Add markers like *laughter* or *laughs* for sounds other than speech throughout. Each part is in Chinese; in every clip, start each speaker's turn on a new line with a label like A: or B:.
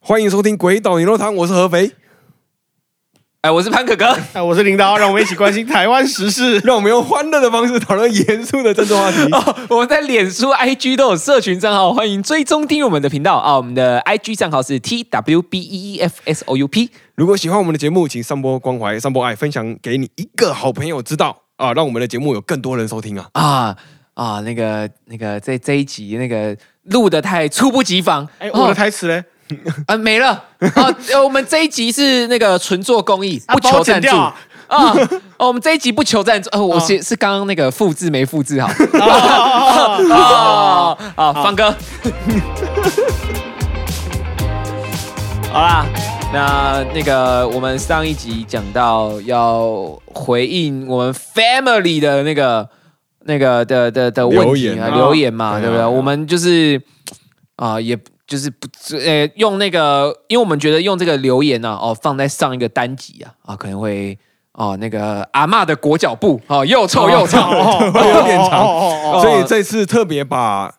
A: 欢迎收听《鬼岛牛肉汤》，我是合肥，
B: 哎，我是潘可
C: *laughs*
B: 可，
C: 哎，我是林刀，让我们一起关心台湾时
B: *laughs*
C: 事。
A: 让我们用欢乐的方式讨论严肃的政治
C: *laughs*
A: 话题。
B: 哦，我们在脸书、IG 都有社群账号，欢迎追踪订阅我们的频道啊。我们的 IG 账号是 T W B E E F S O U P。
A: 如果喜欢我们的节目，请上播关怀、上播爱，分享给你一个好朋友知道啊，让我们的节目有更多人收听啊。
B: 啊啊，那个那个，这这一集那个录的太猝不及防，
C: 哎，我的
B: 哦
C: 台词嘞？
B: 啊没了啊，呃我们这一集是那个纯做公益，
C: 啊
B: 不
C: 帮
B: 求
C: 我剪
B: 赞助
C: 掉啊
B: 啊。哦，我们这一集不求赞助，哦，我是是刚刚那个复制没复制好
C: 哦
B: 哦，啊，方哥，好啦，那那个我们上一集讲到要回应我们 family 的那个那个的的的问题
A: 留言
B: 啊
A: 啊
B: 留言嘛，
A: 对啊
B: 对不
A: 对
B: 对？
A: 啊
B: 我们就是啊、也就是不呃用那个，因为我们觉得用这个留言呢、哦放在上一个单集啊啊可能会。哦，那个阿嬷的裹脚布 *laughs* 哦，又臭哦又长，*laughs*
C: *laughs*
A: 有点长
C: 长
A: 所以这次特别把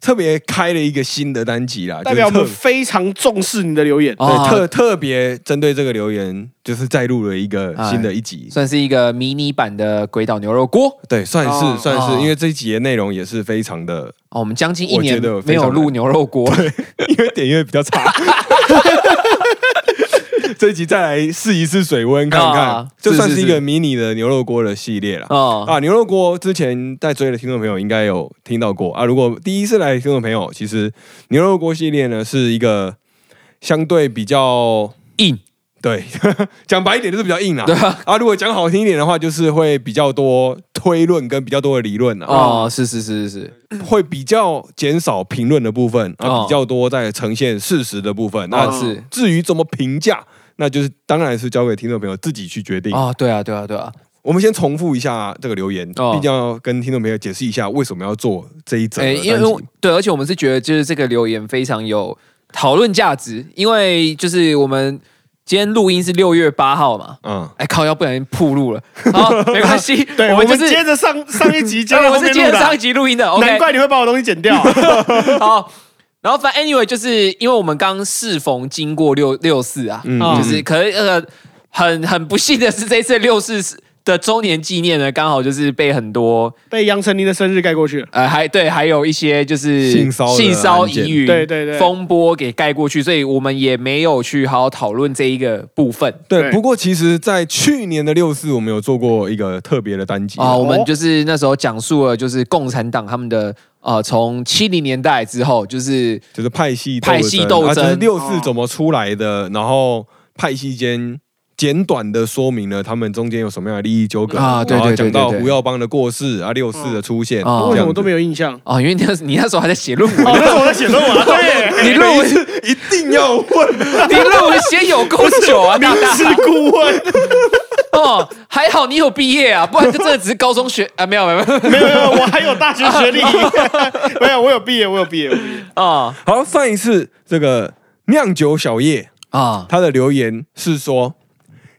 A: 特别开了一个新的单集啦，
C: 代表我
A: 就
C: 们啊
A: 是特
C: 非常重视你的留
B: *laughs*
C: 言。
B: 哦
A: 对特特别针对这个留言，就是再录了一个新
C: 哎
A: 的一集。
B: 算是一个迷你版的鬼岛牛肉锅
A: 对，算是、
C: 哦
A: 算是，
B: 哦
A: 因为这一集的内容也是非常的，
B: 哦。我们将近一
A: 我觉
B: 年
A: 得
B: 没
A: 非常
B: 有
A: 难
B: 录牛肉锅，
A: 因为点阅比较 *laughs* 差。这一集再来试一试水温，看看
B: 啊，
A: 这
B: 是
A: 算是
B: 是
A: 一
B: 是
A: 个迷你的牛肉锅的系列啦。
B: 哦
A: 啊，牛肉锅之前在追的听众朋友应该有听到过啊。如果第一次来的听众朋友，其实牛肉锅系列呢是一个相对比较
B: 硬
A: 对 *laughs* 讲白一点就是比较硬
B: 对
A: 啊。
B: 吧？
A: 啊，如果讲好听一点的话，就是会比较多推论跟比较多的理论啊，
B: 哦，是是是是是，
A: 会比较减少评论的部分，啊，
B: 哦
A: 比较多在呈现事实的部分。那
B: 哦是
A: 至于怎么评价，那就是当然是交给听众朋友自己去决定。
B: 哦，对啊对啊对啊，
A: 我们先重复一下这个留言，
B: 哦
A: 毕竟要跟听众朋友解释一下为什么要做这一则
B: 哎，
A: 的单集。
B: 因为因为对，而且我们是觉得就是这个留言非常有讨论价值，因为就是我们今天录音是六月八号嘛，
A: 嗯，
B: 哎靠，要不然暴露了，好，没关系，
C: *laughs* 对，我
B: 们
C: 们
B: 就是
C: 接着上上一集，
B: *laughs*
C: 接
B: 哎
C: 着
B: 我
C: 后
B: 们是
C: 面
B: 接
C: 录
B: 着上一
C: 的，啊
B: 集录音的
C: 难
B: ，OK，
C: 怪你会把我东西剪
B: *laughs*
C: 掉。
B: 好，然后反正 anyway 就是因为我们刚适逢经过六六四啊，
A: 嗯
B: 就是可是呃很很不幸的是这次六四的周年纪念呢，刚好就是被很多
C: 被杨丞琳的生日盖过去了。
B: 呃还对还有一些就是
A: 性骚扰的
B: 性骚
A: 案件
B: 疑云
C: 对对对
B: 风波给盖过去，所以我们也没有去好好讨论这一个部分。
A: 对。
C: 对
A: 不过其实，在去年的六四，我们有做过一个特别的单集
B: 啊、我们
C: 哦
B: 就是那时候讲述了，就是共产党他们的呃，从七零年代之后，就是
A: 就是派系
B: 派系斗
A: 啊
B: 争哦
A: 就是六四怎么出来的，然后派系间简短的说明了他们中间有什么样的利益纠葛
B: 啊对
A: 然后
B: 对对
A: 讲到
B: 对对
A: 胡耀邦的过世啊，六四的出现，
B: 啊
A: 这
C: 为什
A: 样子
C: 么我都没有
B: *laughs*
C: 印象？
B: 哦，因为那你那时候还在写论文，
C: 哦，那是我在写
B: *laughs*
C: 论文啊。对，
B: 你论文
A: 一定要问，
B: *laughs* 你论文写有够久
A: *laughs*
B: 啊，大大
C: 是顾问。
B: 哦，还好你有毕业啊，不然就真的只是高中学 *laughs* 啊，没有没有没
A: *laughs*
B: 有
C: 没有没有，我还有大学
B: *laughs*
C: 学历。 *laughs* 没有，我有毕业，我有毕业，我有毕业。
B: 啊
A: 好，上一次这个酿酒小叶
B: 啊
A: 他的留言是说，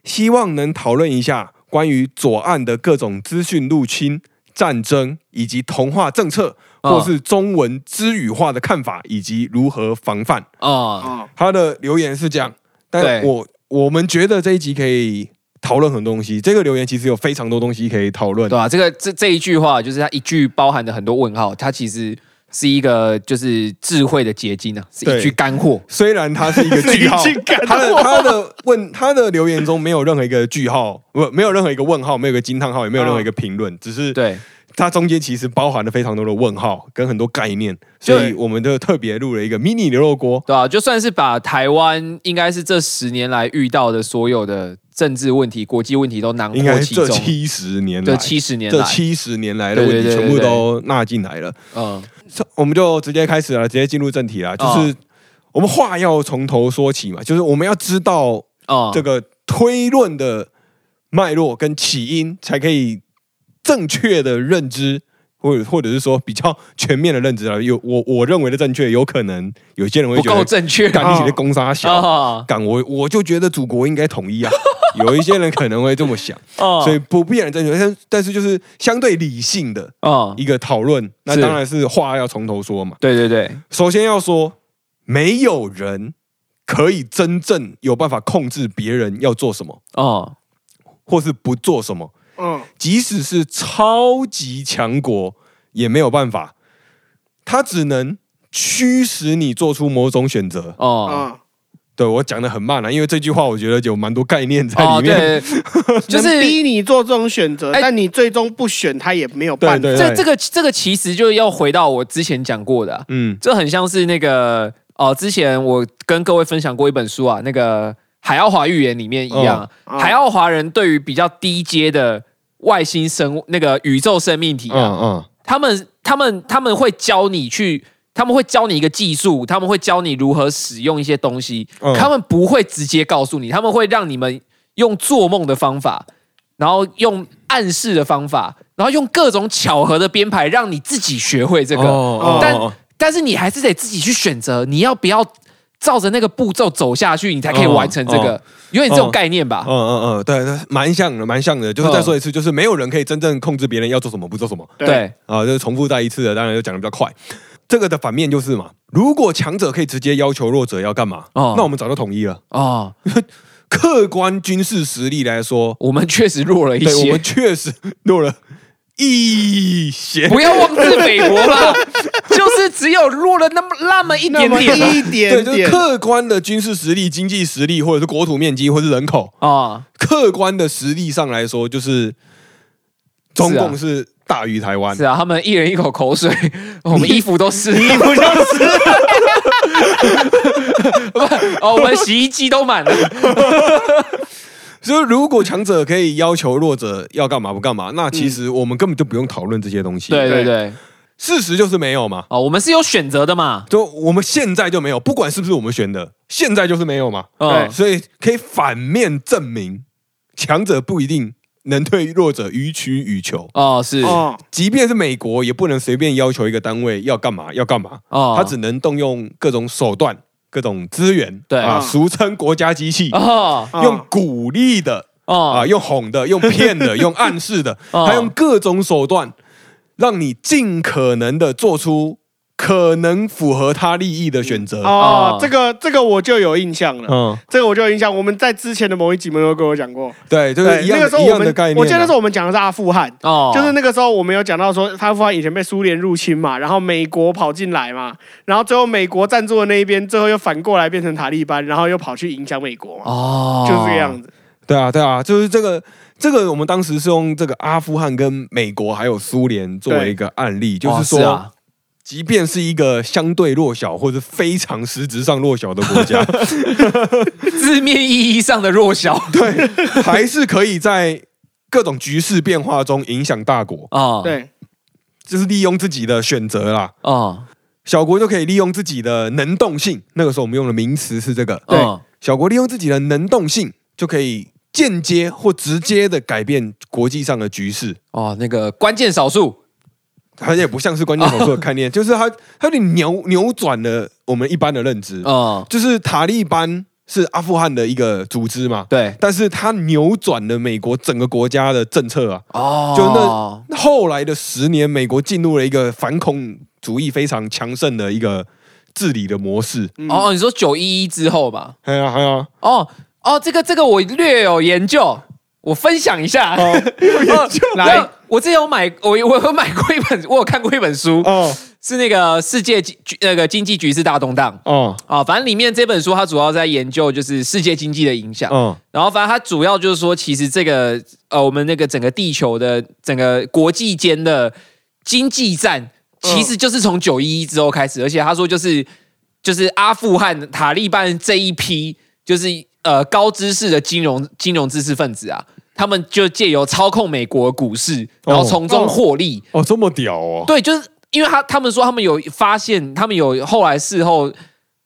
A: 希望能讨论一下关于左岸的各种资讯入侵、战争以及同化政策，
B: 啊
A: 或是中文之语化的看法，以及如何防范。
B: 啊
C: 哦，
A: 他的留言是这样，但
B: 对
A: 我我们觉得这一集可以讨论很多东西。这个留言其实有非常多东西可以讨论
B: 对。啊，这个这这一句话就是它一句包含的很多问号，它其实是一个就是智慧的结晶啊，是
A: 对
B: 一句干货
A: 虽然它是一个句
B: *laughs*
A: 号
C: 你竟敢，
A: 他的他的问他的留言中没有任何一个句号，不，没有任何一个问号，没有一个惊叹号，也没有任何一个评论，只是
B: 嗯对
A: 它中间其实包含了非常多的问号跟很多概念，所以我们就特别录了一个 mini 牛肉锅。
B: 对啊，就算是把台湾应该是这十年来遇到的所有的政治问题、国际问题都囊
A: 应该
B: 括
A: 是
B: 其
A: 这
B: 中，
A: 七十年来，
B: 这七十年
A: 这
B: 来，
A: 七十年来的问
B: 对
A: 题
B: 对对
A: 全部都纳进来了。
B: 嗯
A: 我们就直接开始了，直接进入正题啦。
B: 哦
A: 就是我们话要从头说起嘛，就是我们要知道
B: 哦
A: 这个推论的脉络跟起因，才可以正确的认知，或者或者是说比较全面的认知啊。有我我认为的正确，有可能有些人会
B: 不
A: 觉
B: 够
A: 得
B: 正确
A: 干你的攻杀小，
B: *laughs* 哦
A: 干我我就觉得祖国应该统
B: *laughs*
A: 一啊。有一些人可能会这么想，
B: 哦
A: 所以不必然正确，但但是就是相对理性的
B: 哦
A: 一个讨论。那
B: 是
A: 当然是话要从头说嘛。
B: 对对对，
A: 首先要说，没有人可以真正有办法控制别人要做什么，
B: 哦，
A: 或是不做什么。
C: 嗯，
A: 即使是超级强国也没有办法，他只能驱使你做出某种选择。
B: 哦，
C: 啊，
A: 对我讲的很慢了、因为这句话我觉得有蛮多概念在
B: 哦，
A: 里面。
B: 对，就是
A: *laughs*
C: 能逼你做这种选择，
B: 哎
C: 但你最终不选，他也没有办法
A: 对。
B: 这这个这个其实就要回到我之前讲过的啊、
A: 嗯，
B: 这很像是那个哦、之前我跟各位分享过一本书啊，那个《海奥华预言》里面一样啊，
C: 嗯嗯
B: 海奥华人对于比较低阶的外星生那个宇宙生命体
A: 嗯
B: 啊，
A: 嗯
B: 他们他们他们会教你去，他们会教你一个技术，他们会教你如何使用一些东西，
A: 嗯
B: 他们不会直接告诉你，他们会让你们用做梦的方法，然后用暗示的方法，然后用各种巧合的编排，让你自己学会这个。
A: 哦
B: 但
A: 哦
B: 但是你还是得自己去选择，你要不要照着那个步骤走下去，你才可以
A: 嗯
B: 完成这个，有点这种
A: 嗯
B: 概念吧？
A: 嗯嗯嗯，对对，蛮像的，蛮像的。就是再说一次，就是没有人可以真正控制别人要做什么，不做什么
B: 对，
A: 啊。就是重复再一次的，当然就讲的比较快。这个的反面就是嘛，如果强者可以直接要求弱者要干嘛，
B: 哦
A: 那我们早就统一了。
B: 哦，
A: 客观军事实力来说，
B: 我们确实弱了一
A: 对我
B: 些
A: 们，确实弱了一些。
B: 不要妄自菲薄啦， *laughs* 就是只有弱了那么那么一
C: 那
B: 点
C: 么
B: 点啊
C: 一
A: 对，
C: 点
A: 就是
C: 点，
A: 客观的军事实力、经济实力，或者是国土面积，或是人口，
B: 哦
A: 客观的实力上来说，就是中共是大于台湾
B: 啊是。啊，他们一人一口口水，我们衣服都湿，
C: 衣服
A: *laughs*
C: 就是
B: 哦，我们洗衣机都满了，
A: 所以，如果强者可以要求弱者要干嘛不干嘛，那其实我们根本就不用讨论这些东西。
B: 嗯对对
C: 对
B: 对，
A: 事实就是没有嘛。
B: 哦，我们是有选择的嘛，
A: 就我们现在就没有，不管是不是我们选的，现在就是没有嘛。
B: 嗯
C: 对，
A: 所以可以反面证明，强者不一定能对弱者予取予求。
B: 哦是，哦
C: 哦，
A: 即便是美国，也不能随便要求一个单位要干嘛要干嘛，
B: 哦
A: 他只能动用各种手段、各种资源，
B: 对
A: 啊，
C: 嗯
A: 俗称国家机器，
B: 哦
A: 用鼓励的啊，
B: 哦
A: 用哄
C: *laughs*
A: 的，用骗的，用暗示的，
B: 哦
A: 他用各种手段让你尽可能的做出可能符合他利益的选择。
B: 哦
C: 哦，这个这个我就有印象了。
A: 啊嗯，
C: 这个我就有印象，我们在之前的某一集，们都跟我讲过，
A: 对，就是
C: 对，
A: 一
C: 那个
A: 样
C: 时
A: 的一
C: 候我
A: 样
C: 们
A: 的概，念啊。
C: 我记得那时候我们讲的是阿富汗，
B: 哦
C: 就是那个时候我们有讲到说，阿富汗以前被苏联入侵嘛，然后美国跑进来嘛，然后最后美国赞助的那一边，最后又反过来变成塔利班，然后又跑去影响美国嘛，
B: 哦
C: 就是这个样子。
A: 对啊，对啊，就是这个，这个我们当时是用这个阿富汗跟美国还有苏联作为一个案例，就是说，
B: 哦啊
A: 即便是一个相对弱小或者非常实质上弱小的国
C: *laughs*
A: 家，
B: 字面意义上的弱小 *laughs*
A: 还是可以在各种局势变化中影响大国，
B: 啊，
C: 对，
A: 就是利用自己的选择啦。
B: 啊，
A: 小国就可以利用自己的能动性，那个时候我们用的名词是这个，
C: 对
B: 嗯
A: 小国利用自己的能动性就可以间接或直接的改变国际上的局势。
B: 哦，那个关键少数
A: 它也不像是关键少数的概念，就是它它有点扭扭转了我们一般的认知，
B: 嗯，
A: 就是塔利班是阿富汗的一个组织嘛，
B: 对，
A: 但是它扭转了美国整个国家的政策啊。
B: 哦，
A: 就那后来的十年，美国进入了一个反恐主义非常强盛的一个治理的模式。
C: 嗯
B: 哦，你说九一一之后吧？
A: 哎呀哎呀，
B: 哦哦，这个这个我略有研究，我分享一下。
A: 哦
B: 研究
C: 来，
B: 我之前有买，我我有买过一本， *laughs* 我有看过一本书，
A: 哦
B: 是那个世界经那个经济局势大动荡。
A: 哦
B: 啊、反正里面这本书它主要在研究就是世界经济的影响，
A: 哦
B: 然后反正它主要就是说，其实这个呃，我们那个整个地球的整个国际间的经济战，其实就是从九一一之后开始，而且他说就是就是阿富汗塔利班这一批，就是呃高知识的金融金融知识分子啊，他们就借由操控美国股市，然后从中获利。
A: 哦，这么屌哦！
B: 对，就是因为他他们说他们有发现，他们有后来事后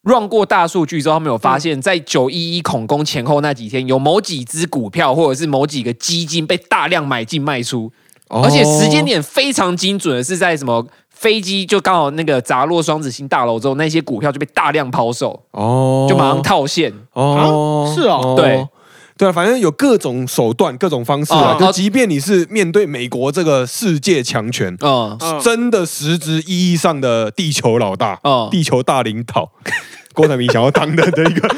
B: run 过大数据之后，他们有发现，在九一一恐攻前后那几天，有某几只股票或者是某几个基金被大量买进卖出，而且时间点非常精准的是在什么飞机就刚好那个砸落双子星大楼之后，那些股票就被大量抛售，
A: 哦，
B: 就马上套现。
A: 哦，
C: 啊是哦
B: 对。
A: 对啊，反正有各种手段、各种方式啊。
B: 哦
A: 就即便你是面对美国这个世界强权，
B: 嗯
C: 嗯
A: 真的实质意义上的地球老大、
B: 嗯
A: 地球大领导，郭台铭想要当的的一个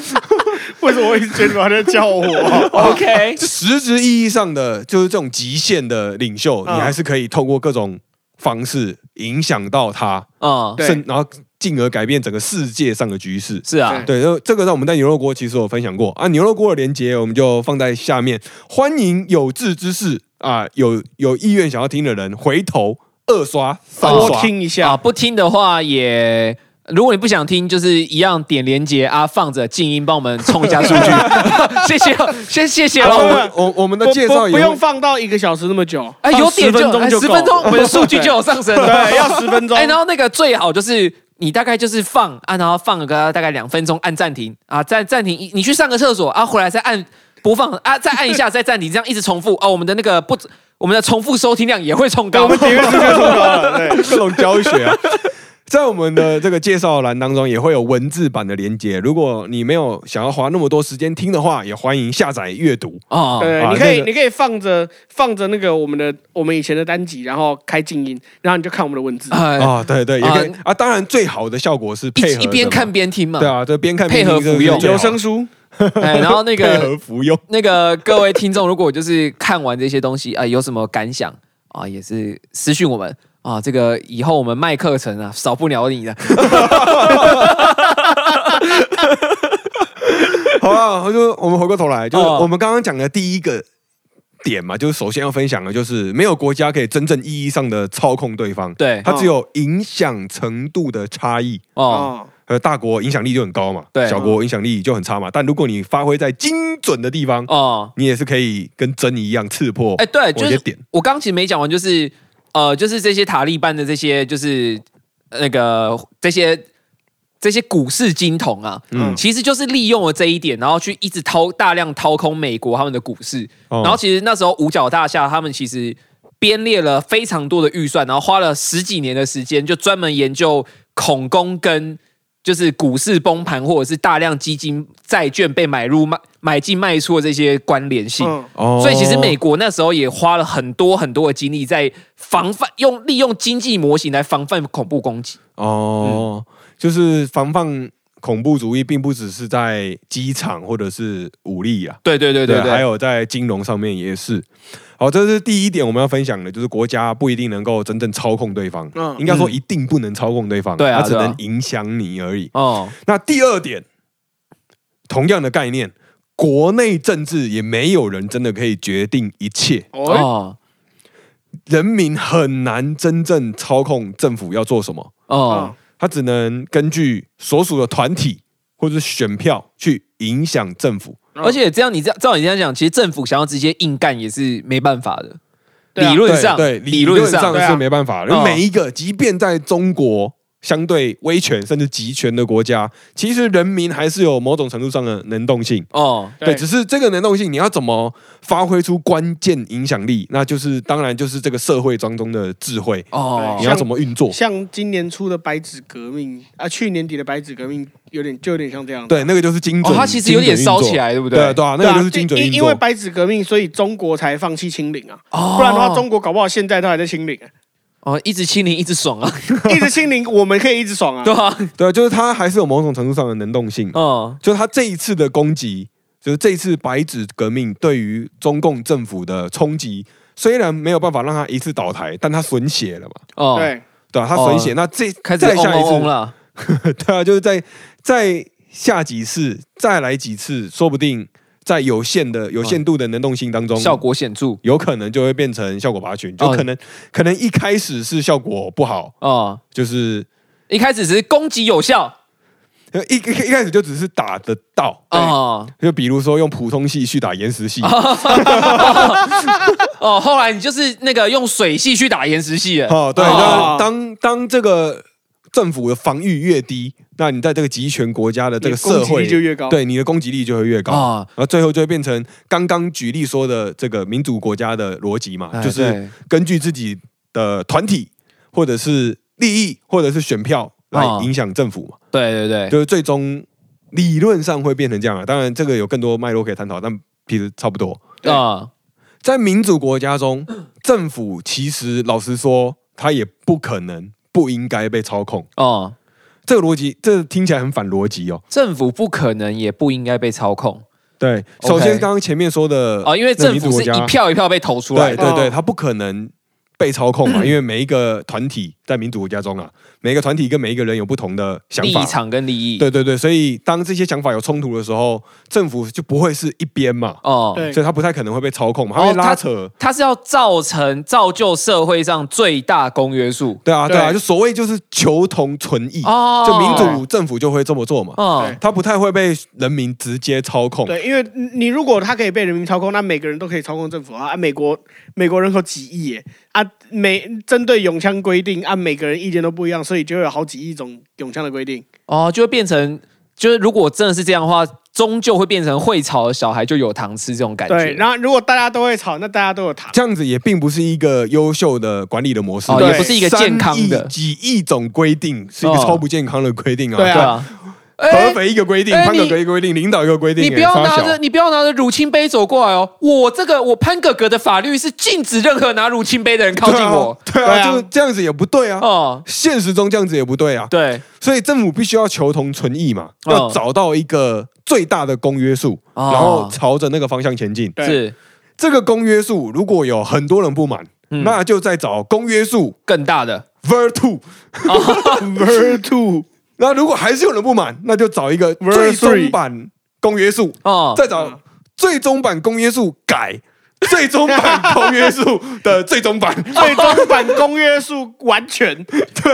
C: 为什么我一直觉得你们在叫
A: *laughs*
C: 我？
B: OK，
A: 就实质意义上的，就是这种极限的领袖，
C: 嗯
A: 你还是可以透过各种方式影响到他，
B: 嗯，
C: 对
A: 甚然后进而改变整个世界上的局势。
B: 是啊，
A: 对，就这个呢，我们在牛肉锅其实有分享过啊，牛肉锅的连接我们就放在下面，欢迎有志之士啊，有有意愿想要听的人回头二刷三
B: 哦
C: 多
A: 刷。
C: 听一
B: 啊，
C: 下，
B: 不听的话也。如果你不想听，就是一样点连接啊，放着静音，帮我们冲一下数据。谢谢哦，先谢谢
A: 然后我
B: 了。
A: 们我我们的
C: 不
A: 介绍
C: 不不
A: 也
C: 用
A: 会
C: 放到一个小时那么久，
B: 哎，有点
C: 十分
B: 就
C: 钟
B: 哎
C: 就
B: 十
C: 够
B: 分钟，我们的数据就有上升。
C: *laughs* 对，要十分钟
B: 哎，。然后那个最好就是你大概就是放啊，然后放个大概两分钟，按暂停啊，暂暂停，你你去上个厕所啊，回来再按播放啊，再按一下，再暂停，这样一直重复啊，我们的那个不，我们的重复收听量也会冲
C: 对，我
B: 高
C: 们。点阅率就冲高了。对，
A: *laughs* 各种教学啊。 *laughs* 在我们的这个介绍栏当中，也会有文字版的连接。如果你没有想要花那么多时间听的话，也欢迎下载阅读。
B: 哦，
C: 对，
A: 啊
C: 你可以
A: 那个
C: 你可以放着放着那个我们的我们以前的单集，然后开静音，然后你就看我们的文字。
B: 哎
A: 啊，对对，也可以
B: 啊
A: 啊。当然，最好的效果是配合
B: 一一
A: 着
B: 边
A: 嘛
B: 看边听嘛。
A: 对啊，这边看
B: 配
A: 边
B: 合
A: 听这
B: 服
A: 是
B: 用
A: 最好
C: 有声书，
B: 哎，然后那
A: 配
B: 个
A: 合服
B: *laughs*
A: 用。
B: 那个各位听众，如果就是看完这些东西啊、有什么感想啊、也是私讯我们啊、这个以后我们卖课程啊，少不了你的。
A: 好啊，我就我们回过头来，就是
B: 哦
A: 我们刚刚讲的第一个点嘛，就是首先要分享的就是没有国家可以真正意义上的操控对方，
B: 对，
A: 它只有影响程度的差异。
B: 哦，
C: 哦，
A: 呃，大国影响力就很高嘛，
B: 对
A: 小国影响力就很差嘛。但如果你发挥在精准的地方，
B: 哦，
A: 你也是可以跟针一样刺破。
B: 哎，对，就
A: 某些
B: 是
A: 点
B: 我刚其实没讲完，就是呃，就是这些塔利班的这些就是呃那个这些。这些股市金童啊，
A: 嗯
B: 其实就是利用了这一点，然后去一直掏大量掏空美国他们的股市，
A: 哦
B: 然后其实那时候五角大厦他们其实编列了非常多的预算，然后花了十几年的时间，就专门研究恐攻跟就是股市崩盘或者是大量基金债券被买入卖买进卖出的这些关联性。
C: 嗯，
A: 哦
B: 所以其实美国那时候也花了很多很多的精力在防范，用利用经济模型来防范恐怖攻击。
A: 哦，就是防范恐怖主义，并不只是在机场或者是武力啊，
B: 对对对对对，
A: 还有在金融上面也是。好，这是第一点我们要分享的，就是国家不一定能够真正操控对方，
C: 嗯
A: 应该说一定不能操控对方，
B: 对啊
A: 它只
B: 对啊
A: 能影响你而已。
B: 哦，
A: 那第二点，同样的概念，国内政治也没有人真的可以决定一切，
C: 哦，
B: 哦
A: 人民很难真正操控政府要做什么，
B: 哦，
A: 他只能根据所属的团体或者是选票去影响政府。
C: 嗯
B: 而且这样你这样照你这样讲，其实政府想要直接硬干也是没办法的。
C: 对啊
B: 理论上，
A: 对对
B: 理
A: 理
B: 论
A: 论
B: 上
A: 上
C: 对啊
A: 是没办法的，因
B: 嗯
A: 为每一个即便在中国。相对威权甚至集权的国家，其实人民还是有某种程度上的能动性。
B: 哦，
A: 对，只是这个能动性，你要怎么发挥出关键影响力？那就是当然就是这个社会当中的智慧，
B: 哦，
A: 你要怎么运作？
C: 像今年初的白纸革命啊，去年底的白纸革命有点就有点像这样。
A: 对，那个就是精
B: 哦
A: 准。，
B: 它其实有点
A: 精准运
B: 烧
A: 作
B: 起，来，对不
A: 对啊对啊，那个就是
C: 对
A: 精
C: 啊
A: 准
C: 因
A: 运
C: 因为
A: 作。
C: 白纸革命，所以中国才放弃清零啊，
B: 哦
C: 不然的话，中国搞不好现在都还在清零，啊
B: 哦一直清零一直爽啊，
A: 嗯
C: 一直清零，我们可以一直爽啊
B: 对。吧？
A: 对，就是它还是有某种程度上的能动性。
B: 哦
A: 就是它这一次的攻击，就是这一次白纸革命对于中共政府的冲击，虽然没有办法让它一次倒台，但它损血了嘛，
B: 哦，，
C: 对，
A: 对啊吧、它损血，那这
B: 开始
A: 再
B: 嗡
A: 下一
B: 嗡
A: 次
B: 嗡了，
A: *laughs* 对啊，就是在在下几次，再来几次，说不定在有限的、
C: 嗯
A: 有限度的能动性当中，
B: 效果显著
A: 有可能就会变成效果
C: 嗯
A: 拔群，就
B: 哦
A: 可能、可能一开始是效果不好，
B: 哦。
A: 就是
B: 一开始只是攻击有效
A: 呃一一一开始就只是打得到。
B: 哦
A: 就比如说用普通系去打岩石系，
C: 啊
B: 哦，后来你就是那个用水系去打岩石系了，
A: 哦，
C: 啊
A: 对，
B: 哦
A: 那当当这个政府的防御越低，那你在这个集权国家的这个社
C: 你的攻击
A: 会
C: 力就越高
A: 对你的攻击力就会越高，
B: 哦
A: 然后最后就会变成刚刚举例说的这个民主国家的逻辑嘛，
B: 哎
A: 就是
B: 对
A: 根据自己的团体或者是利益或者是选票来
B: 哦哎
A: 影响政府嘛，
B: 对对对，
A: 就是最终理论上会变成这样啊。当然，这个有更多脉络可以探讨，但其实差不多。
B: 啊
A: 在民主国家中，政府其实老实说，它也不可能不应该被操控。
B: 哦
A: 这个逻辑，这个听起来很反逻辑哦。
B: 政府不可能也不应该被操控
A: 对，首先刚刚前面说的
B: 啊，因为
A: 呃那
B: 政
A: 民主
B: 府
A: 国
B: 是
A: 家
B: 一票一票被投出
A: 对
B: 来的。
A: 对对，
C: 哦
A: 他不可能被操控
B: *clears throat*
A: 嘛，因为每一个团体在民主国家中啊，每一个团体跟每一个人有不同的想
B: 立
A: 法。
B: 场跟利益，
A: 对对对，所以当这些想法有冲突的时候，政府就不会是一边嘛，
B: 哦，
C: 对
A: 所以他不太可能会被操控嘛，
B: 哦
A: 他会拉
B: 他
A: 扯。
B: 它是要造成造就社会上最大公约数
A: 对啊，对啊，
C: 对
A: 就所谓就是求同存异，
B: 哦，
A: 就民主政府就会这么做嘛，
B: 哦
C: 对
A: 他不太会被人民直接操控。
C: 对，因为你你如果他可以被人民操控，那每个人都可以操控政府啊。啊美国美国人口几亿耶啊，每针对永枪规定，按、每个人意见都不一样，所以就会有好几亿种永枪的规定。
B: 哦，就会变成就是如果真的是这样的话，终究会变成会吵的小孩就有糖吃这种感
C: 对，
B: 觉。
C: 然后如果大家都会吵，那大家都
A: *laughs*
C: 有糖。
A: 这样子也并不是一个优秀的管理的模式，
B: 哦
C: 也
A: 对
C: 不
B: 是一个健康的
A: 三亿几亿种规定是一个
B: 哦
A: 超不健康的规定啊！
C: 对
B: 对啊，
A: 合
B: 哎，
A: 肥一个规定，
B: 哎
A: 潘哥
B: 你
A: 哥一个规定，领导一个规定，
B: 你不
A: 哎
B: 要
A: 傻
B: 拿
A: 小
B: 着你不要拿着乳清杯走过来哦，我这个我潘哥哥的法律是禁止任何拿乳清杯的人靠近我。
A: 对啊，
C: 对
A: 对
C: 啊
A: 啊，就是这样子也不对啊。
B: 哦，
A: 现实中这样子也不对啊，
B: 对，
A: 所以政府必须要求同存异嘛，
B: 哦
A: 要找到一个最大的公约数，
B: 哦
A: 然后朝着那个方向前进。
C: 对
B: 是
A: 这个公约数如果有很多人不满，
B: 嗯
A: 那就再找公约数
B: 更大的
A: Vertu。
C: Ver two，
A: 那如果还是有人不满，那就找一个
C: Ver
A: 最终
C: three
A: 版公约数， *laughs*
B: 哦，
A: 再找最终版公约数改最终版公约数的最终版。
C: *laughs* 最终版公约数完全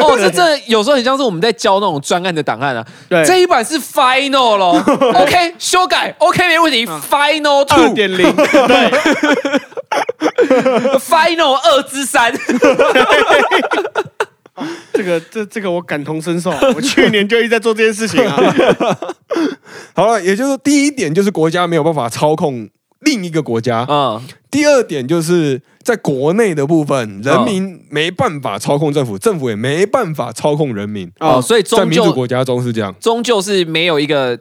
B: 哦，这真的有时候很像是我们在教那种专案的档案啊。
C: 对
B: 这一版是
A: *laughs*
B: final 咯 o k 修改，OK，没问题。
A: 嗯
B: Final
C: 二
B: two，Final
C: 点零。对，
B: 二
A: *laughs*
B: 之三，
C: 这个这这个我感同身受啊，我去年就一直在做这件事情啊。
A: 好了，也就是说第一点就是国家没有办法操控另一个国家，
B: 嗯，
A: 第二点就是在国内的部分，人民没办法操控政府，政府也没办法操控人民。
B: 哦，所以
A: 在
B: 终
A: 民主
B: 究
A: 国家中是这样，
B: 终究是没有一个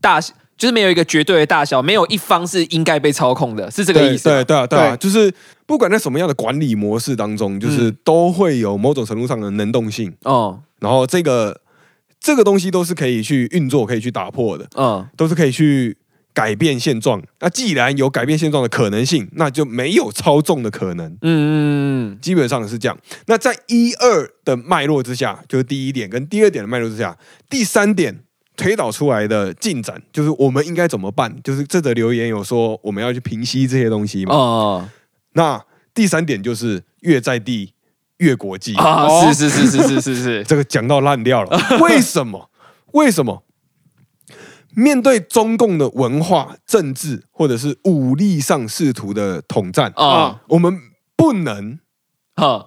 B: 大，就是没有一个绝对的大小，没有一方是应该被操控的，是这
A: 这
B: 个意思吗。
A: 对对啊，对啊，
C: 对
A: 就是不管在什么样的管理模式当中，
B: 嗯
A: 就是都会有某种程度上的能动性，
B: 哦，
A: 然后这个这个东西都是可以去运作、可以去打破的，
B: 嗯，
A: 都是可以去改变现状。那既然有改变现状的可能性，那就没有操纵的可能。
B: 嗯嗯嗯
A: 基本上是这样。那在一二的脉络之下，就是第一点跟第二点的脉络之下，第三点推导出来的进展，就是我们应该怎么办？就是这则留言有说我们要去平息这些东西
B: 嗯，
A: 嘛。
B: 哦
A: 那第三点就是越在地越国际，哦
B: 啊，是是是是是是是，
A: 这个讲到烂掉
B: *laughs*
A: 了。为什么？为什么？面对中共的文化、政治或者是武力上试图的统战，
B: 哦
A: 我们不能
B: 哦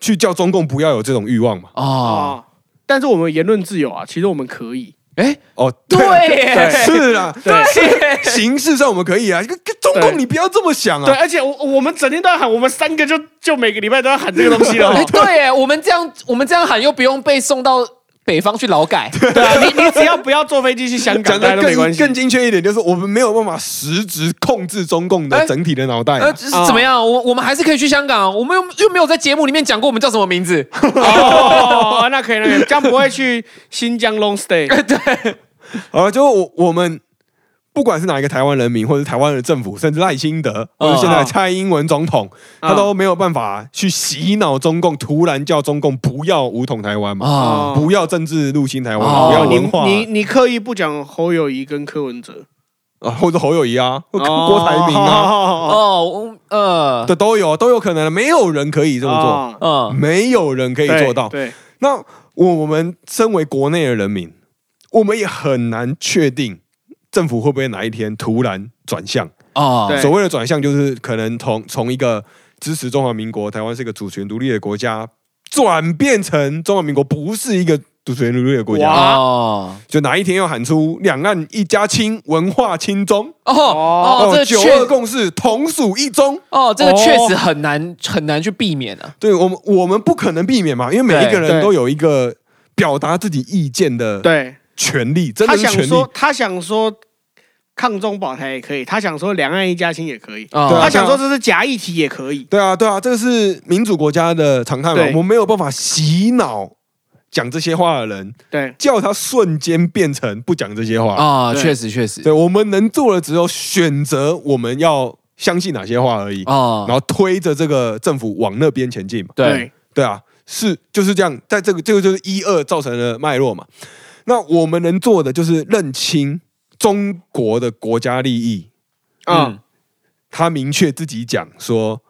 A: 去叫中共不要有这种欲望嘛。
B: 哦，
C: 啊，但是我们言论自由啊，其实我们可以。
B: 哎，
A: 哦，
B: 对耶
A: 是啦，
C: 对
B: 对
A: 形式上我们可以啊，跟跟中
C: 对
A: 共你不要这么想
C: 对，
A: 啊，
C: 而且我我们整天都要喊，我们三个就就每个礼拜都要喊这个东西
B: *laughs*
C: 了
B: 哎，
C: 哦。
B: 对耶，我们这样，我们这样喊又不用被送到北方去劳改。
C: 对啊，你你只要不要坐飞机去香港，
A: 讲
C: 大家
A: 的
C: 都没关
A: 更
C: 系。
A: 更精确一点，就是我们没有办法实质控制中共的
B: 哎
A: 整体的脑袋啊，
B: 呃，这是怎么样？我我们还是可以去香港，我们又又没有在节目里面讲过我们叫什么名字。
C: 哦，那可以，那可以，这样不会去新疆 long stay。
A: 啊，就我我们不管是哪一个台湾人民，或者是台湾的政府，甚至赖清德，
C: 哦
A: 或者现在蔡英文总统，
C: 啊
A: 他都没有办法去洗脑中共，突然叫中共不要武统台湾嘛，
B: 啊
C: 哦
A: 不要政治入侵台湾，
B: 哦
A: 不要
C: 哦，你
A: 文化，
C: 你你刻意不讲侯友谊跟柯文哲，
A: 啊或者侯友谊啊，或者郭台铭啊，
C: 哦，
B: 哦，我呃，
A: 这都有都有可能，没有人可以这么做。
C: 哦
B: 嗯
A: 没有人可以做到。
C: 对，对
A: 那我我们身为国内的人民，我们也很难确定政府会不会哪一天突然转向。
B: 哦
C: 对
A: 所谓的转向，就是可能从从一个支持中华民国、台湾是一个主权独立的国家，转变成中华民国不是一个主权独立的国
C: 哇
A: 家，
B: 哦
A: 就哪一天要喊出“两岸一家亲，文化亲中”。
B: 哦哦，这个
A: 九
B: 确
A: 二共识同属一中，
B: 哦，这个确实很难很难去避免啊。
A: 对我们我们不可能避免嘛，因为每一个
B: 对
A: 人
C: 对
A: 都有一个表达自己意见的
C: 对，
A: 权利，真
C: 他
A: 的是
C: 想
A: 权利。
C: 说他想说抗中保台也可以，他想说两岸一家亲也可以，
A: 对啊
C: 他
B: 哦
C: 想说这是假议题也可以，
A: 对啊，对啊，这个是民主国家的常态嘛，
C: 对
A: 我们没有办法洗脑讲这些话的人，
C: 对，
A: 叫他瞬间变成不讲这些话。
B: 啊，
C: 对
B: 确实确实
A: 对，我们能做的只有选择我们要相信哪些话而已，
C: 哦
B: 啊
A: 然，后推着这个政府往那边前进嘛。
B: 对，
A: 对啊，是就是这样，在这个这个就是一二造成了脉络嘛。那我们能做的就是认清中国的国家利益，
C: 啊，
B: 嗯
A: 他明确自己讲说，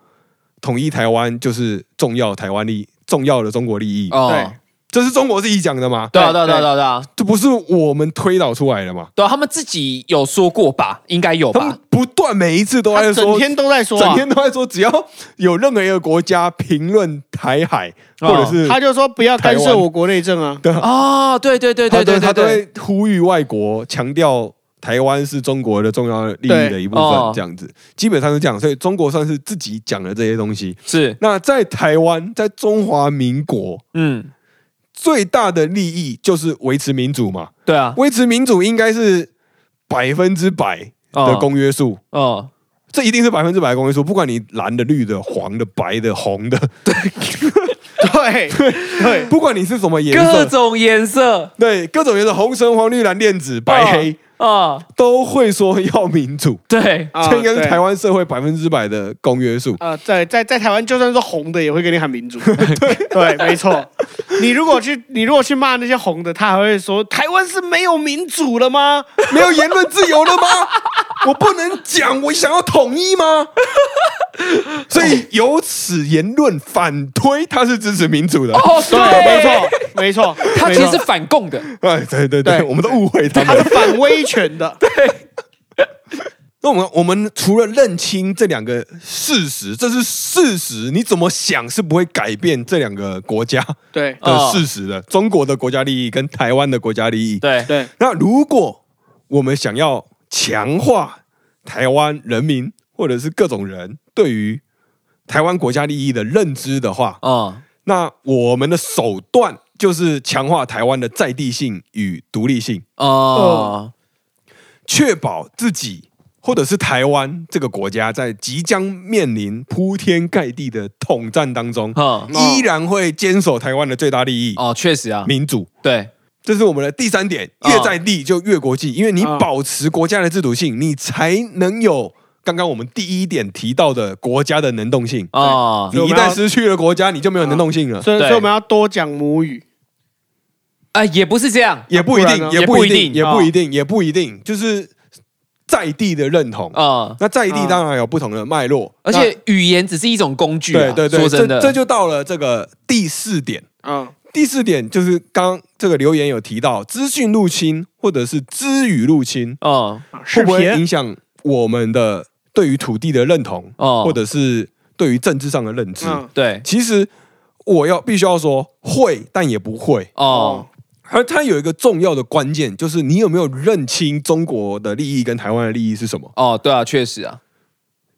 A: 统一台湾就是重要台湾利重要的中国利益，
B: 哦
C: 对，
A: 这是中国自己讲的嘛？
B: 对啊
C: 对
B: 对啊对啊对啊对啊，
A: 这不是我们推导出来的嘛？
B: 对啊，他们自己有说过吧？应该有
A: 他们
B: 吧？
A: 不断每一次都
C: 他
A: 在
C: 整
A: 说，
C: 天都在说啊，
A: 整天都在说，只要有任何一个国家评论台海或者是
C: 哦他就说不要干
A: 台
C: 涉
A: 湾
C: 我国内政啊。
B: 哦，对对对对对
A: 他
B: 对
A: 都
B: 对，
A: 会呼吁外国强调台湾是中国的重要利益的一部
B: 对哦
A: 分，这样子基本上是这样，所以中国算是自己讲了这些东西。
B: 是，
A: 那在台湾，在中华民国
B: 嗯，
A: 最大的利益就是维持民主嘛，
B: 对啊，
A: 维持民主应该是百分之百的
B: 哦
A: 公约数。
B: 哦，
A: 这一定是百分之百的公约数，不管你蓝的、绿的、黄的、白的、红的，
C: 对对
A: 不管你是什么颜
B: 各
A: 色，
B: 种颜色
A: 对各种颜色，红橙黄绿蓝靛紫
B: 哦
A: 白黑，
B: 啊，
A: 都会说要民主。
B: 对，
C: 啊，
A: 这应该是
C: 对
A: 台湾社会百分之百的公约数。
C: 啊，在在在台湾，就算是红的也会跟你喊民主。对对，没错。你如果去你如果去骂那些红的，他还会说台湾是没有民主了吗？
A: 没有言论自由了
C: *laughs*
A: 吗？我不能讲我想要统一吗？所以由此言论反推，他是支持民主的。
B: 哦，
C: 对，没，错没错，
B: 他
C: 没
B: 其
C: 错
B: 实是反共的，
A: 哎，对对对，
C: 对
A: 我们都误会他
C: 他是
A: 们。
C: 反威权的。
A: 那我们我们除了认清这两个事实，这是事实，你怎么想是不会改变这两个国家
C: 对
A: 的事实的。中国的国家利益跟台湾的国家利益，
B: 对
C: 对
A: 那如果我们想要强化台湾人民或者是各种人对于台湾国家利益的认知的话，
B: 哦，
A: 那我们的手段就是强化台湾的在地性与独立性，
B: 哦，
A: 确保自己或者是台湾这个国家在即将面临铺天盖地的统战当中，
B: 哦，
A: 依然会坚守台湾的最大利益
B: 哦，确实啊
A: ——，民主。
B: 对，
A: 这是我们的第三点，
B: 啊
A: 越在地就越国际，因为你
C: 啊
A: 保持国家的制度性，你才能有刚刚我们第一点提到的国家的能动性。
B: 哦
A: 你，一旦失去了国家，你就没有能动性了，
C: 所以
B: 对
C: 所以我们要多讲母语。
B: 啊，也不是这样，
A: 也不一
C: 不然
A: 定，
C: 呢
A: 也不一定，
B: 也
A: 也
B: 不
A: 不
B: 一啊
A: 一定，也不一定，就是在地的认同。
B: 啊，
A: 那在地
C: 啊
A: 当然有不同的脉络，
B: 而且语言只是一种工具
A: 那
B: 啊，
A: 对对对，
B: 说真的，
A: 这这就到了这个第四点。
C: 嗯，
A: 第四点就是刚刚这个留言有提到资讯入侵或者是资语入侵，
B: 哦
C: 啊视
A: 会不会
C: 频
A: 影响我们的对于土地的认同，
B: 哦，
A: 或者是对于政治上的认知？
C: 嗯
B: 对
A: 其实我要必须要说会，但也不会。
B: 哦，
A: 而它有一个重要的关键，就是你有没有认清中国的利益跟台湾的利益是什么？
B: 哦，对啊，确实啊，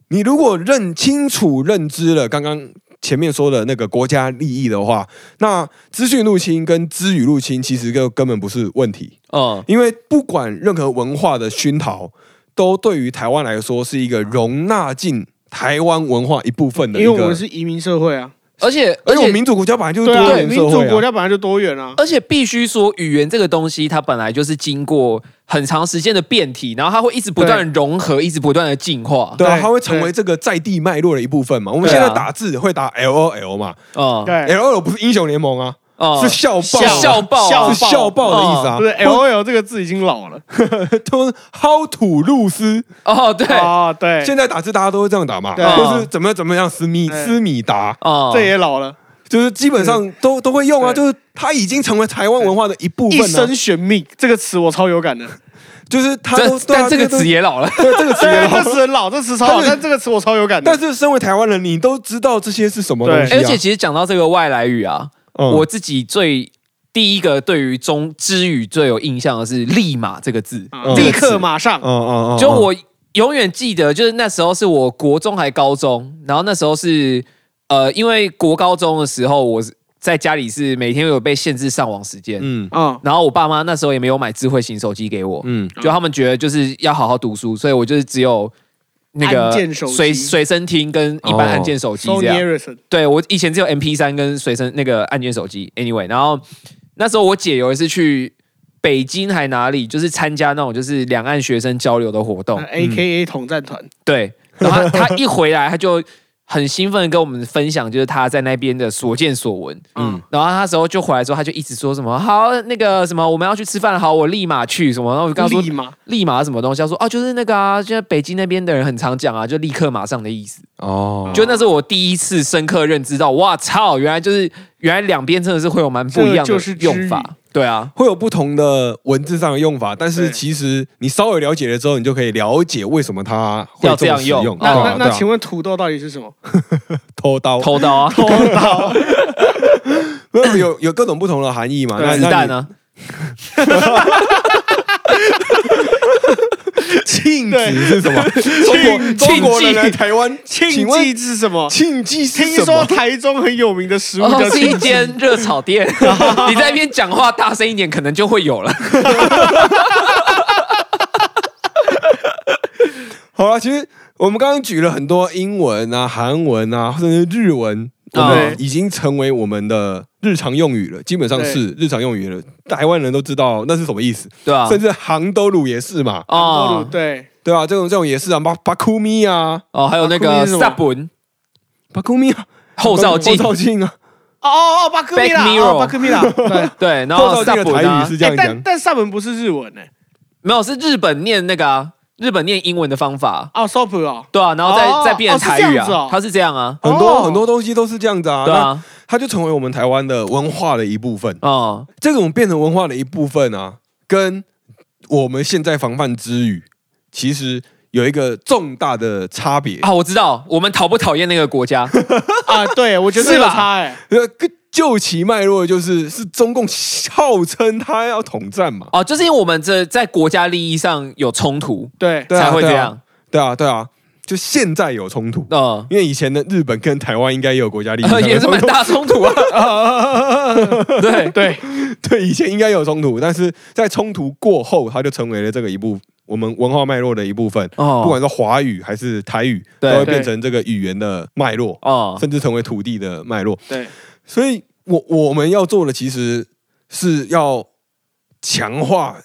A: 你如果认清楚、认知了刚刚前面说的那个国家利益的话，那资讯入侵跟资语入侵其实就根本不是问题。
B: 嗯，
A: 因为不管任何文化的熏陶，都对于台湾来说是一个容纳进台湾文化一部分的一
C: 因为我们
A: 个。
C: 是移民社会啊，
B: 而且
A: 而
B: 而
A: 且我
B: 且
A: 们民主国家本来就是多
C: 对啊，
A: 元
C: 民
A: 社
C: 主
A: 会
C: 国
A: 啊，
C: 家本来就多元啊。
B: 而且必须说，语言这个东西，它本来就是经过很长时间的变体，然后它会一直不断地融合，一直不断的进化。
A: 对啊，
C: 对
A: 它会成为这个在地脉络的一部分嘛。我们
B: 对啊
A: 现在打字会打 L O L 嘛
B: 哦
C: 对，
A: ，L O L 不是英雄联盟啊，
B: 哦
A: 是校
B: 校
A: 报啊，
B: 校报
C: 校
B: 啊
A: 是校报的意思啊
C: 不。是 L O L 这个字已经老了
A: 都是 How to 露丝，
B: 哦，对
C: 啊，对，
A: 现在打字大家都会这样打嘛，
C: 对啊
A: 或是怎么样怎么样，思密
C: 对
A: 思米达，
B: 哦，
C: 这也老了，
A: 就是基本上都都会用啊，
C: 对
A: 就是它已经成为台湾文化的一部分
C: 一
A: 了。
C: 生悬命这个词我超有感的。
A: 就是他
B: 这
A: 都
B: 但这个词
A: 职业，
B: 也
A: *laughs*
B: 老了。
A: 对啊这个
C: *laughs*
A: 职业
C: 对，
A: 老
C: 这词很老，这词超
A: 但
C: 老，
A: 是
C: 但这个词我超有感的。
A: 但是身为台湾人，你都知道这些是什么东西、啊，
B: 而且其实讲到这个外来语啊，
A: 嗯
B: 我自己最第一个对于中之语最有印象的是“立马”这个字，
C: 啊
A: 嗯
C: 立刻马上
A: 嗯
C: 哦
A: 嗯嗯，
B: 就
A: 嗯
B: 我永远记得，就是那时候是我国中还高中，然后那时候是呃，因为国高中的时候，我是在家里是每天有被限制上网时间，
A: 嗯
C: 啊，
B: 然后我爸妈那时候也没有买智慧型手机给我，
A: 嗯
B: 就他们觉得就是要好好读书，所以我就是只有那个
C: 按键手机哦
B: 随随身听跟一般按键手机
C: so
B: 这样。
C: nearest，
B: 对我以前只有 MP 三跟随身那个按键手机，anyway，然后那时候我姐有一次去北京还哪里，就是参加那种就是两岸学生交流的活动，
C: 呃 A K
A: 嗯
C: A 统战团，
B: 对，然后他他一回来，他就很兴奋的跟我们分享，就是他在那边的所见所闻。
A: 嗯
C: 嗯，
B: 然后他那时候就回来之后，他就一直说什么好那个什么我们要去吃饭了，好我立马去什么，然后我就跟他说
C: 立马
B: 立马是什么东西，他说哦就是那个啊，就是北京那边的人很常讲啊，就立刻马上的意思。
A: 哦，
B: 就那是我第一次深刻认知到，哇操，原来就是原来两边真的是会有蛮不一样
C: 这
B: 的
C: 就是
B: 用法，对啊，
A: 会有不同的文字上的用法，但是
C: 对
A: 其实你稍微了解了之后，你就可以了解为什么它会
B: 要这样
A: 么使
B: 用
A: 用。
B: 哦
C: 那
A: 对
C: 那
A: 啊
C: 那，
A: 对
C: 请
A: 啊
C: 问土豆到底是什
A: *laughs*
C: 么？
A: 偷刀，
B: 偷刀啊，
A: 没有有有各种不同的含义嘛？那
B: 子弹？啊，
A: 那你庆子是什
C: *laughs*
A: 么？
B: 庆
A: 中国中国人来
B: 庆
A: 台湾，
C: *laughs* 庆
A: 请问
C: 记是
A: *laughs*
C: 什么？
A: 庆记是
C: 听
A: 什
C: 说
A: 么？
C: 台中很有名的食物
B: 哦
C: 叫
B: 是一
C: 庆记，
B: 间热炒店， *laughs* 你在那边讲话大声一点，可能就会有了。
A: 好了，其实我们刚刚举了很多英文啊、韩文啊，甚至日文，我
B: 哦
A: 们已经成为我们的日常用语了，基本上
C: 对
A: 是日常用语了。台湾人都知道那是什么意思，
B: 对啊，
A: 甚至杭州鲁也是嘛，
B: 哦
C: 对，
A: 对啊，这种这种也是啊，巴巴库米啊，
B: 哦，还有那
C: 啊
B: 个
C: 酷是什么
B: 萨本
A: 巴库米啊，
B: 后照镜
A: 后，照镜啊，
C: 哦哦哦，巴克米
B: Back
C: 拉，
B: mirror
C: 哦巴克米拉，对。
B: *laughs* 对，然后
A: 后
B: 萨
A: 照镜的
B: 本
A: 台
B: 啊
A: 语 *laughs* 是，这
C: 哎，
A: 样
C: 但
A: 讲，
C: 但萨本不是日文呢，
B: 没有是日本念那个啊，日本念英文的方法，
C: 哦，sop 哦，
B: 对啊，然后再
C: 哦
B: 再变成
C: 哦
B: 台
C: 是这
B: 语
C: 样子
B: 啊
C: 哦，
B: 它是这样啊，
A: 很多
C: 哦
A: 很多东西都是这样子啊，
B: 对
A: 那
B: 啊，
A: 它就成为我们台湾的文化的一部分。
B: 哦，
A: 这种变成文化的一部分啊，跟我们现在防范之语其实有一个重大的差别，
B: 啊，我知道，我们讨不讨厌那个
A: *laughs*
B: 国家？
C: 啊，对，我觉得
B: 是
C: 有
B: 吧
C: 差哎，
A: 呃，跟就其脉络就是是中共号称他要统战嘛，
B: 哦，就是因为我们这在国家利益上有冲突，
C: 对，
A: 对啊
B: 才会这
A: 对啊
B: 样。
A: 对啊，对啊，就现在有冲突。
B: 嗯，
A: 因为以前的日本跟台湾应该也有国家利益啊上
B: *laughs* 也
A: 的
B: 是
A: 冲
B: 蛮
A: 突，
B: 大冲突啊。对，
C: 对，
A: *laughs* 对，以前应该有冲突，但是在冲突过后，它就成为了这个一部我们文化脉络的一部分，不
B: 哦
A: 管是华语还是台语，都
B: 对
A: 会变成这个语言的脉络。
B: 哦，
A: 甚至成为土地的脉络。
C: 对，
A: 所以我我们要做的其实是要强化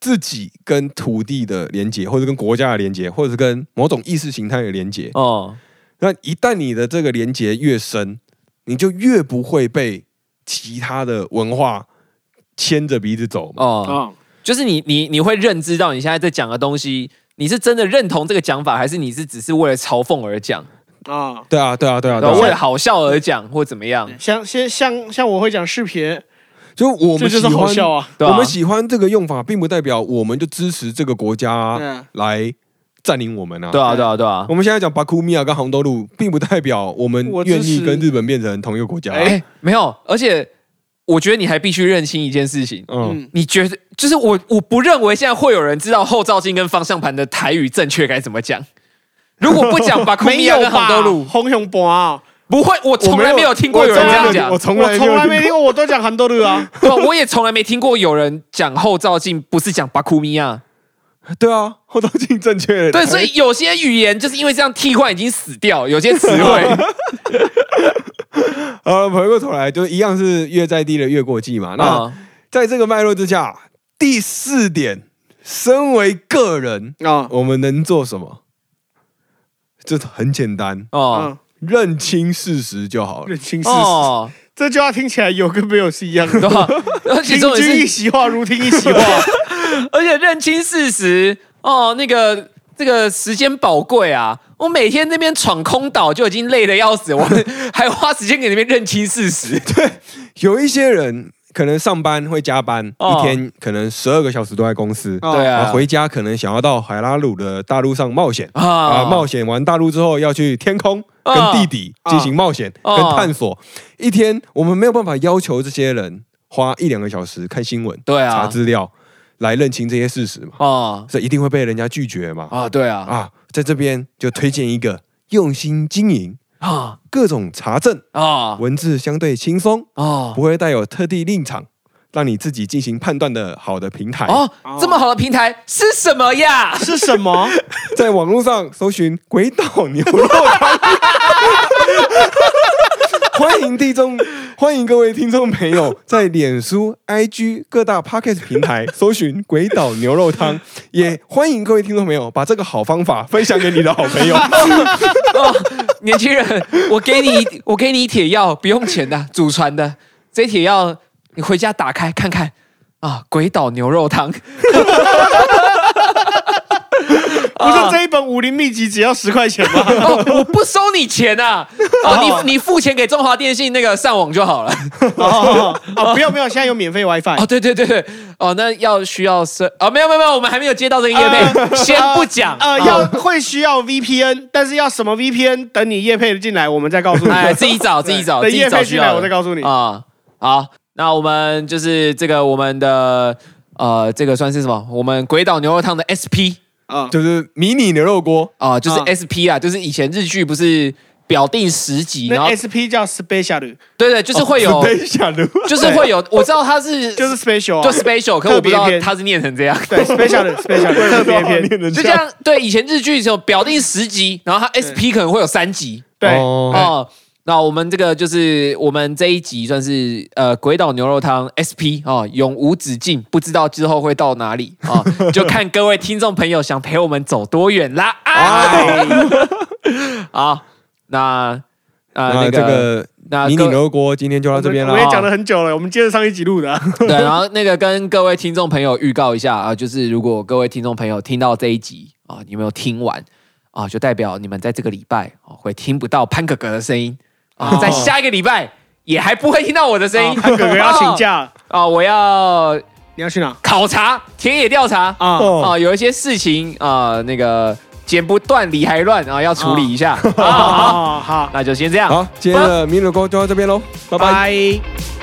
A: 自己跟土地的连接，或者跟国家的连接，或者是跟某种意识形态的连接。
B: 哦，
A: 那一旦你的这个连接越深，你就越不会被其他的文化牵着鼻子走嘛。
B: 哦，
C: 啊，
B: 就是你你你会认知到你现在在讲的东西，你是真的认同这个讲法，还是你是只是为了嘲讽而讲，
C: 啊，
A: 对啊，对啊，对啊，对
B: 然
A: 啊
B: 后为了好笑而讲，或怎么样？
C: 像像像像我会讲视频，
A: 就我
C: 这
A: 们喜
C: 就是好
A: 欢，
C: 笑啊，
B: 对啊
A: 我们喜欢这个用法，并不代表我们就支持这个国家
C: 嗯，
A: 来占领我们啊。
B: 对啊，对啊，对啊。
A: 我们现在讲巴库米亚跟杭州路，并不代表我们
C: 我支
A: 愿意
C: 持
A: 跟日本变成同一个国家。
C: 哎
B: 哎，没有，而且我觉得你还必须认清一件事情，
A: 嗯，
B: 你觉得就是我，我不认为现在会有人知道后照镜跟方向盘的台语正确该怎么讲。如果不讲把
A: *laughs*
B: 库米
C: 没
B: 亚
C: 有
B: 跟杭
C: 吧
B: 州路，
C: 红熊博啊，
B: 不会，我从来没有听过有人这样讲
A: 我。从
C: 我
A: 来
C: 从来没
A: 没
C: 听
A: 有
C: 过，我都讲杭州路 *laughs* 啊，
B: 对，我也从来没听过有人讲后照镜不是讲巴库米亚。
A: 过。对啊，后照镜正确的。
B: 对，所以有些语言就是因为这样替换已经死掉，有些词汇。
A: 呃，回过头来就一样是越在地的越过际嘛。那
B: 啊
A: 在这个脉络之下，第四点，身为个人，
B: 哦
C: 啊，
A: 我们能做什么？这很简单，
B: 哦
C: 嗯，
A: 认清事实就好了。
C: 认清事实，
B: 哦，
C: 这句话听起来有跟没有是一样
B: *laughs*
C: 的
B: 对，吧？而且
C: 听
B: 重
C: 君
B: 点
C: 一
B: 是，
C: 席话，如听一
B: *laughs*
C: 席话。
B: 而且认清事实哦，那个。这个时间宝贵啊！我每天那边闯空岛就已经累得要死，我们还花时间给那边认清
A: *laughs*
B: 事实。
A: 有一些人可能上班会加班，
B: 哦
A: 一天可能十二个小时都在公司。
C: 哦
B: 对
A: 然
B: 啊，
A: 后回家可能想要到海拉鲁的大陆上冒险啊、
B: 啊
A: 冒险完大陆之后要去天空跟
B: 啊
A: 地底
C: 啊
A: 进行冒险
B: 啊
A: 跟探索。一天我们没有办法要求这些人花一两个小时看新闻、
B: 对
A: 查
B: 啊，
A: 资料来认清这些事实嘛，
B: 啊
A: 这一定会被人家拒绝嘛。
B: 啊，对啊
A: 啊，在这边就推荐一个用心经营。
B: 啊
A: 各种查证，
B: 啊
A: 文字相对轻松，
B: 啊
A: 不会带有特地立场，让你自己进行判断的好的平台。
B: 哦！这么好的平台是什么呀？
C: 是什么？
A: 在网络上搜寻“鬼岛牛肉汤 *laughs* 欢迎听众，欢迎各位听众朋友在脸书、IG 各大 Podcast 平台搜寻“鬼岛牛肉汤”，也欢迎各位听众朋友把这个好方法分享给你的好
B: *laughs*
A: 朋友。
B: 哦，年轻人，我给你一我给你一帖药，不用钱的，祖传的。这帖药你回家打开看看啊，鬼岛牛肉汤。
C: 不是这一本武林秘籍只要十块钱
B: *laughs*
C: 吗？
B: 哦，我不收你钱啊！哦，你你付钱给中华电信那个上网就好了。
C: 哦， *laughs* 哦不要不要，现在有免费 WiFi
B: 哦，。对对对对，哦，那要需要是哦，没有没有没有，我们还没有接到这个业配，
C: 呃
B: 先不讲。
C: *laughs* 呃，
B: 哦
C: 要会需要 VPN，但是要什么 VPN，等你业配进来，我们再告诉你。
B: 哎，自己找自己找，自
C: 等
B: 己
C: 业
B: 找
C: 配
B: 需
C: 进来，
B: 要
C: 我再
B: 的
C: 告诉你。
B: 啊。好，那我们就是这个我们的呃，这个算是什么？我们鬼岛牛肉汤的 SP
C: 啊，
A: 就是迷你牛肉锅，
B: 啊，就是
C: 啊
B: SP 啊，就是以前日剧不是表定十集，然后
C: 那 SP 叫 special，
B: 对对，就是会有， *laughs*
A: 等一下的，
B: 就是会有，我知道它是
C: *laughs* 就是 special，啊
B: 就 special，可我不知
C: 特
B: 道
C: 别篇
B: 它是念成这样。
C: 对 special special *laughs* 特别篇，
A: *laughs* 能
B: *laughs* 就这样，对，以前日剧只有表定十集，然后它 SP 可能会有三集
C: 对，
A: 哦
B: 哦。那我们这个就是我们这一集算是呃鬼岛牛肉汤 SP 哦，永无止境，不知道之后会到哪里啊、哦就看各位听众朋友想陪我们走多远啦
C: *laughs* 哎
B: 啊！好，那呃
A: 啊，
B: 那个、
A: 这个
B: 那
A: 迷你
B: 各
A: 牛肉锅今天就到这边
C: 我
A: 了
C: 们。也讲了很久了，我们接着上一集录的啊。
B: 对，然后那个跟各位听众朋友预告一下啊，就是如果各位听众朋友听到这一集啊，你没有听完啊，就代表你们在这个礼拜啊会听不到潘哥哥的声音啊，
C: 哦
B: 在下一个礼拜也还不会听到我的声
C: *laughs*
B: 音。
C: 啊潘哥哥要请假了，
B: 啊，我要
C: 你要去哪
B: 考察田野调查
C: 啊？
A: 哦，
B: 啊，有一些事情啊，那个剪不断理还乱啊，要处理一下。啊，好
C: 哦好好，
B: 那就先这样，
A: 好，今天的迷你牛肉锅就到这边喽，拜拜。
C: 拜。